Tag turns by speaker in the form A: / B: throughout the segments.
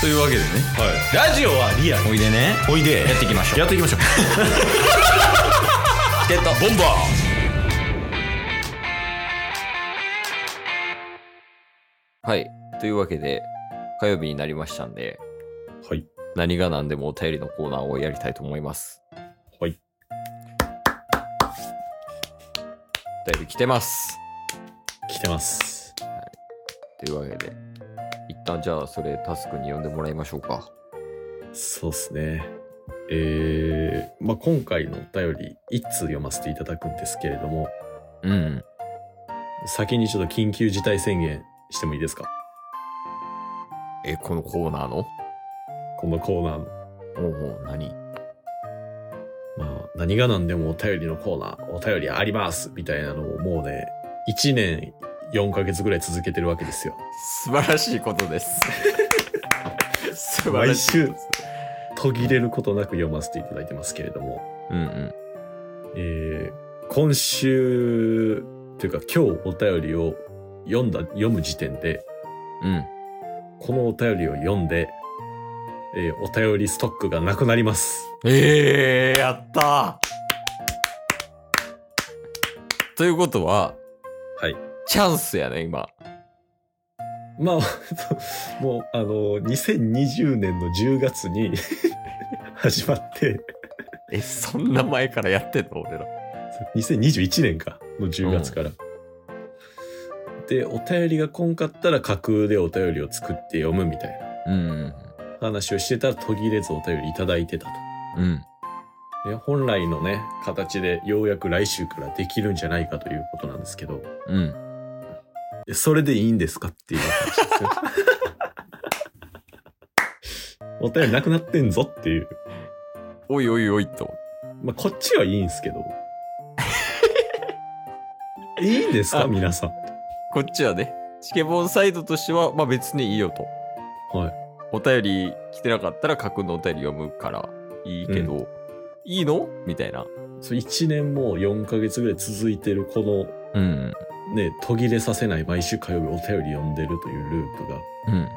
A: というわけでね
B: ラジオはリアル
A: おいでね
B: おいで
A: やっていきましょう
B: やっていきましょう
A: チケットボンバーはいというわけで火曜日になりましたんで
B: はい
A: 何が何でもお便りのコーナーをやりたいと思います
B: はい
A: お便り来てます
B: 来てます
A: というわけで一旦じゃあそれタスクに呼んでもらいましょうか
B: そうっすねえー、まあ今回のお便り一通読ませていただくんですけれども
A: うん
B: 先にちょっと緊急事態宣言してもいいですか
A: えこのコーナーの
B: このコーナーの
A: おうおう何
B: まあ何が何でもお便りのコーナーお便りありますみたいなのをもうね1年4ヶ月ぐらい続けてるわけですよ
A: 素晴らしいことです 素
B: 晴らしい
A: い
B: 途切れることなく読ませていただいてますけれども
A: うんうん
B: えー今週というか今日お便りを読んだ読む時点で
A: うん
B: このお便りを読んで、えーお便りストックがなくなります
A: ええやったということは、
B: はい。
A: チャンスやね、今。
B: まあ もうあの2020年の10月に 始まって
A: え、そんな前からやってんの俺ら。
B: 2021年かの10月から、でお便りがこんかったら架空でお便りを作って読むみたいな
A: うん。
B: 話をしてたら途切れずお便りいただいてたと
A: うん。
B: ね、本来のね、形でようやく来週からできるんじゃないかということなんですけど、
A: うん。
B: えそれでいいんですかっていう話ですよ。 お便りなくなってんぞっていう。
A: おいおいおいと。
B: まあ、こっちはいいんですけど。 いいんですか
A: あ
B: 皆さん。
A: こっちはね、チケボンサイドとしては、まあ別にいいよと。
B: はい。
A: お便り来てなかったら架空のお便り読むからいいけど、いいのみたいな。
B: そう1年も4ヶ月ぐらい続いてるこの
A: うん。
B: ね、途切れさせない毎週火曜日お便り読んでるというループが
A: うん。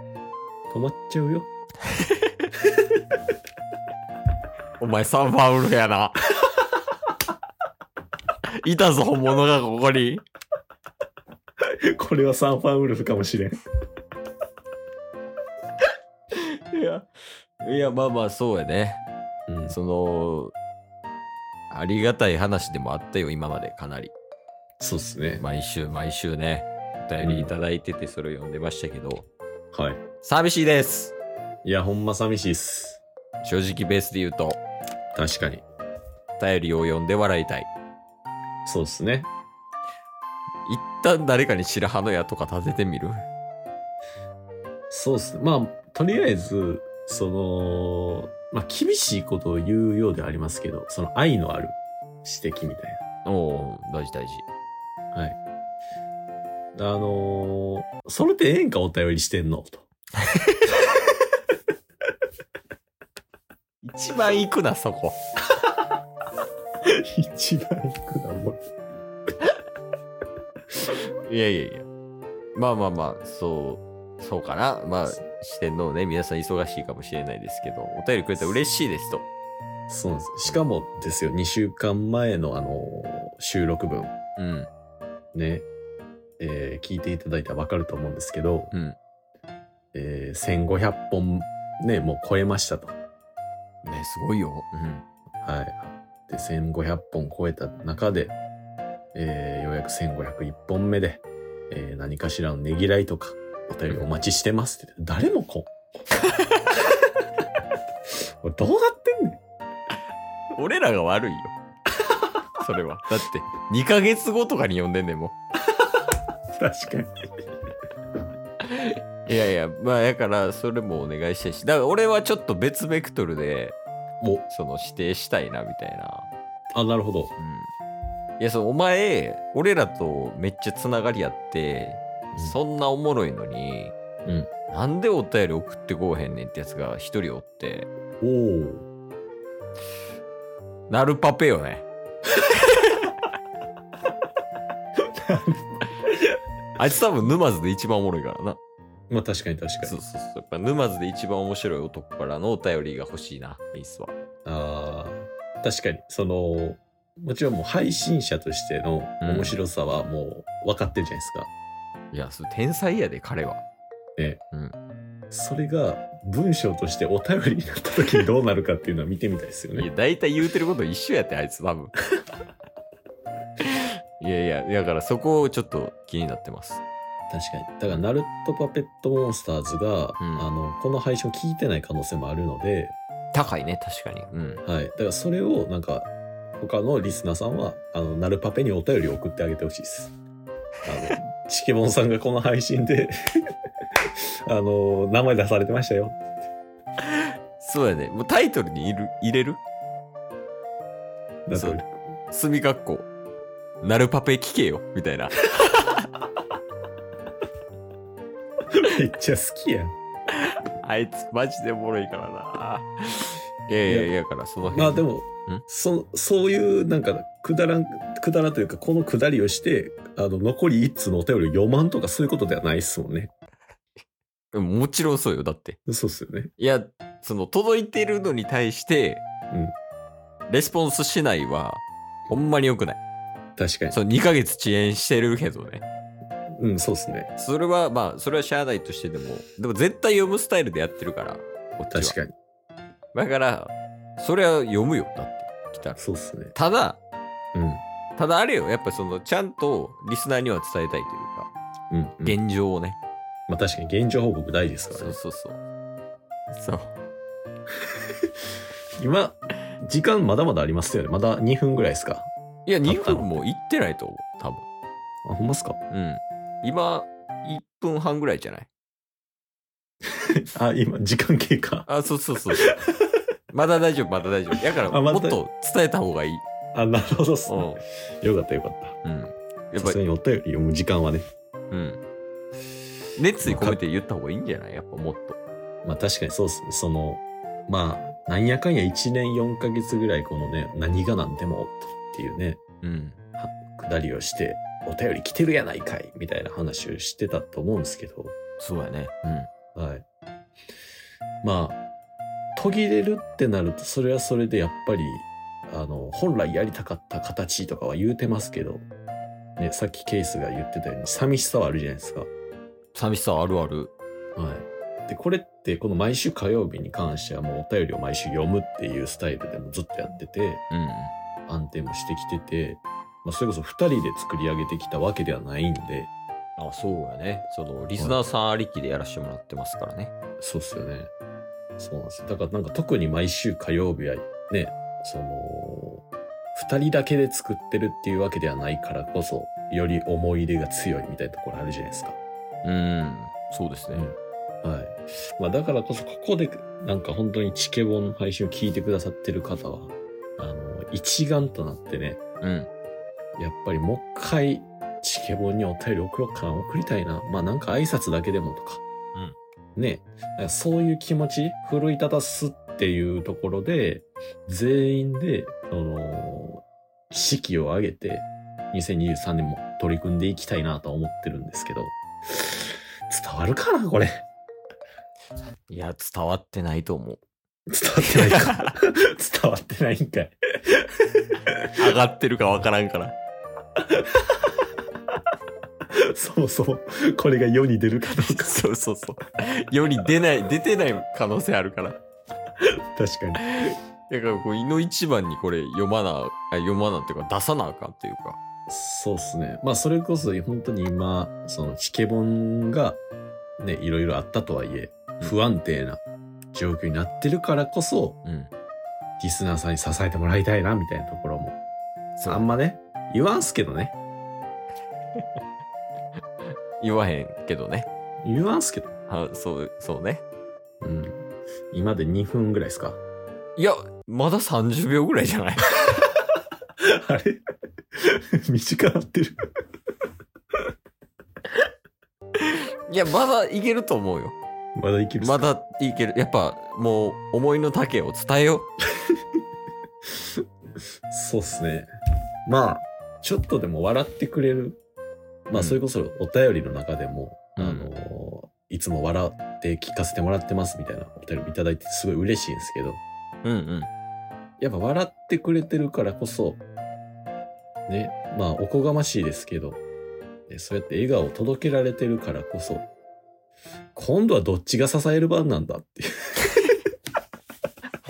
B: 止まっちゃうよ。
A: お前サンファウルやな。いたぞ、本物がここに。
B: これはサンファンウルフかもしれん。
A: いや、いや、まあまあ、そうやね。
B: うん
A: その、ありがたい話でもあったよ、今まで、かなり。
B: そうっすね。
A: 毎週、毎週ね、お便りいただいてて、それを読んでましたけど、
B: はい。
A: 寂しいです。
B: いや、ほんま寂しいっす。
A: 正直ベースで言うと、
B: 確かに。
A: お便りを読んで笑いたい。
B: そうっすね。
A: 一旦誰かに白羽の矢とか立ててみる
B: そうっすね。まあ、とりあえず、その、まあ、厳しいことを言うようではありますけど、その愛のある指摘みたい
A: おう大事大事。
B: な。はい。あのーそれでええんかお便りしてんのと。
A: 一番行くな、そこ。
B: 一番いくな、もう。
A: いやいやいや。まあまあまあ、そう、そうかな。まあ、四天王ね、皆さん忙しいかもしれないですけど、お便りくれたら嬉しいですと。
B: そうなんです。しかもですよ、2週間前のあのー収録分、
A: うん、
B: ね、えー聞いていただいたらわかると思うんですけど、
A: うん。
B: えー1500本ね、もう超えましたと。
A: ね、すごいよ。
B: はい。で、1500本超えた中で、えーようやく1501本目で、えー何かしらのねぎらいとか、お便りお待ちしてますって、誰も こん。俺どうなってんねん。
A: うん。俺らが悪いよ。 それは。だって、2ヶ月後とかに呼んでんねんも
B: 確かに。
A: う。いやいや、まあ、だから、それもお願いしたいし、だから俺はちょっと別ベクトルで、
B: お、
A: その指定したいな、みたいな。
B: あ、なるほど。
A: うん。いや、その、お前、俺らとめっちゃつながりあって、そんなおもろいのに、
B: うん
A: なんでお便り送ってこうへんねんってやつが一人おって、
B: おお
A: なるパペよ ね。あいつ多分沼津で一番おもろいからな。
B: まあ確かに確か
A: そう
B: に。
A: そうそう。やっぱ沼津で一番面白い男からのお便りが欲しいな、エイスは。
B: あー確かに、その、もちろんもう配信者としての面白さはもう分かってるじゃないですか。
A: いや、それ天才やで、彼は。
B: それが文章としてお便りになった時にどうなるかっていうのは見てみたいですよ
A: いや、
B: ね。
A: 大体言うてること一緒やって、あいつ、多分。いやいや、だからそこをちょっと気になってます。
B: 確かに。だから、ナルトパペットモンスターズが、
A: うん
B: あの、この配信を聞いてない可能性もあるので、
A: 高いね、確かに。うん。
B: はい。だからそれをなんか、他のリスナーさんは、あの、ナルパペにお便りを送ってあげてほしいです。あの、チケモンさんがこの配信 で、あの、名前出されてましたよ。
A: そうやね。もうタイトルにいる入れる
B: なんか
A: そう墨括弧。なるパペ聞けよ、みたいな。
B: めっちゃ好きやん。
A: あいつ、マジでおもろいからな。いやいやいや、だからその辺。
B: まあでも
A: ん、
B: そそういうなんかくだらんくだらんというかこのくだりをしてあの残り1通のお便りを読まんとかそういうことではないっすもんね。
A: も、もちろんそうよ、だって。
B: そうっすよね。
A: いや、その、届いてるのに対して、レスポンスしないは、ほんまに良くない。
B: 確かに。
A: その2ヶ月遅延してるけどね。
B: うん、そうっすね。
A: それはまあ、それはしゃあないとしてでも、でも絶対読むスタイルでやってるから、こっちは。
B: 確かに。
A: だから、それは読むよ、だって、来たら。
B: そうっすね。
A: ただ、
B: うん。
A: ただあれよ、やっぱその、ちゃんとリスナーには伝えたいというか、
B: うん、うん。
A: 現状をね。
B: まあ確かに現状報告大ですから
A: そう
B: ね。
A: そうそう。そう。
B: 今、時間まだまだありますよね。まだ2分ぐらいですか。
A: いや、
B: の
A: 2分も行ってないと思う、多分。
B: あ、ほんまっすか
A: うん。今、1分半ぐらいじゃない
B: あ、今、時間経過。
A: あ、そうそうそう。 まだ大丈夫、まだ大丈夫。だから、
B: あま
A: も
B: だ
A: っと伝えた方がいい。
B: あ、なるほどっす
A: う
B: ね。
A: ん。
B: よかったよかった。
A: うん。やっ
B: さ
A: ぱ
B: すがにお便り読む時間はね。
A: うん。熱意込めて言った方がいいんじゃないやっぱもっと。
B: まあ確かにそうですね。その、まあ、なんやかんや1年4ヶ月ぐらいこのね、何が何でもっていうね、
A: うん。
B: くだりをして、お便り来てるやないかいみたいな話をしてたと思うんですけど、
A: そうやね。
B: はい。まあ、途切れるってなると、それはそれでやっぱり、あの、本来やりたかった形とかは言うてますけど、ね、さっきケースが言ってたように、寂しさはあるじゃないですか。
A: 寂しさあるある。
B: はい。で、これって、この毎週火曜日に関してはもうお便りを毎週読むっていうスタイルでもずっとやってて、
A: うん。
B: 安定もしてきてて、まあ、それこそ二人で作り上げてきたわけではないんで、
A: あ、そうやね。その、リスナーさんありきでやらせてもらってますからね。
B: そうっすよね。そうなんですよ。だからなんか特に毎週火曜日はね、その、二人だけで作ってるっていうわけではないからこそ、より思い入れが強いみたいなところあるじゃないですか。
A: うん。そうですね。
B: はい。まあだからこそここでなんか本当にチケボンの配信を聞いてくださってる方は、あの、一丸となってね、
A: うん。
B: やっぱりもう一回チケボンにお便り送ろうかな、送りたいな。まあなんか挨拶だけでもとか。ね。だからそういう気持ち、奮い立たすっていうところで、全員で、その、士気を上げて、2023年も取り組んでいきたいなとは思ってるんですけど、伝わるかなこれ。
A: いや、伝わってないと 思う。
B: 伝わってないか。 伝わってないんかい。
A: 上がってるかわからんから。
B: そもそも、これが世に出るかどうか。
A: そうそうそう。世に出ない、出てない可能性あるから。
B: 確かに。
A: だから、こう、胃の一番にこれ読まな、あ読まなっていうか、出さなあかんっていうか。
B: そうっすね。まあ、それこそ、本当に今、その、チケボンが、ね、いろいろあったとはいえ、不安定な状況になってるからこそ、
A: うん。
B: リスナーさんに支えてもらいたいな、みたいなところも。
A: そう
B: あんまね、言わんすけどね。
A: 言わへんけどね。
B: 言わんすけど。
A: あ、そう、そうね。
B: うん。今で2分ぐらいですか。
A: いや、まだ30秒ぐらいじゃない
B: あれ 短なってる。
A: いや、まだいけると思うよ。
B: まだいけるっすか
A: まだいける。やっぱ、もう、思いの丈を伝えよ
B: そうっすね。まあ、ちょっとでも笑ってくれる。ま
A: うん
B: あ、それこそお便りの中でも、
A: うん
B: あのー、いつも笑って聞かせてもらってますみたいなお便りいただいてすごい嬉しいんですけど、
A: うんうん。
B: やっぱ笑ってくれてるからこそ、ね、まあおこがましいですけど、ねそうやって笑顔を届けられてるからこそ、今度はどっちが支える番なんだっていう。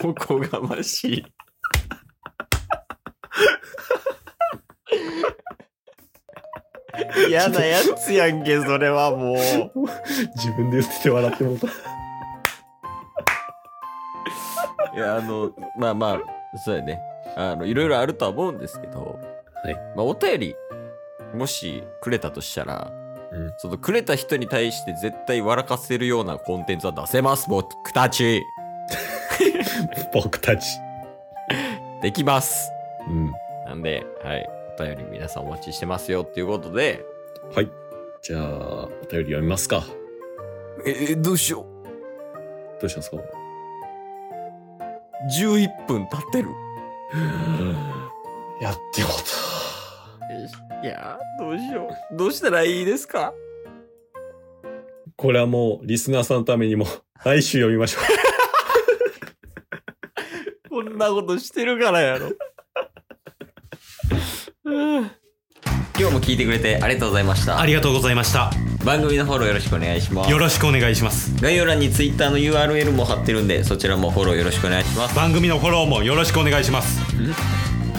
A: おこがまし い。嫌なやつやんけ、それはもう。
B: 自分で言ってて笑ってもうた。
A: いや、あの、まあまあ、そうやね。あの、いろいろあるとは思うんですけど、
B: はい
A: まあ、お便り、もしくれたとしたら、
B: うん
A: そのくれた人に対して絶対笑かせるようなコンテンツは出せます、僕たち。
B: 僕たち。
A: できます。
B: うん。
A: なんで、はい。お便り皆さんお待ちしてますよっていうことで、
B: はい。じゃあ、お便り読みますか。
A: え、どうしよう。
B: どうしますか
A: 11分経ってる。
B: やってもうた。
A: いやー、どうしよう。どうしたらいいですか
B: これはもう、リスナーさんのためにも、 来週読みましょう。
A: こんなことしてるからやろ。 今日も聞いてくれてありがとうございました
C: あ。りがとうございました。
A: 番組のフォローよろしくお願いします
C: よ。ろしくお願いします。
A: 概要欄に Twitter の URL も貼ってるんで、そちらもフォローよろしくお願いします。
C: 番組のフォローもよろしくお願いします。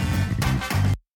C: す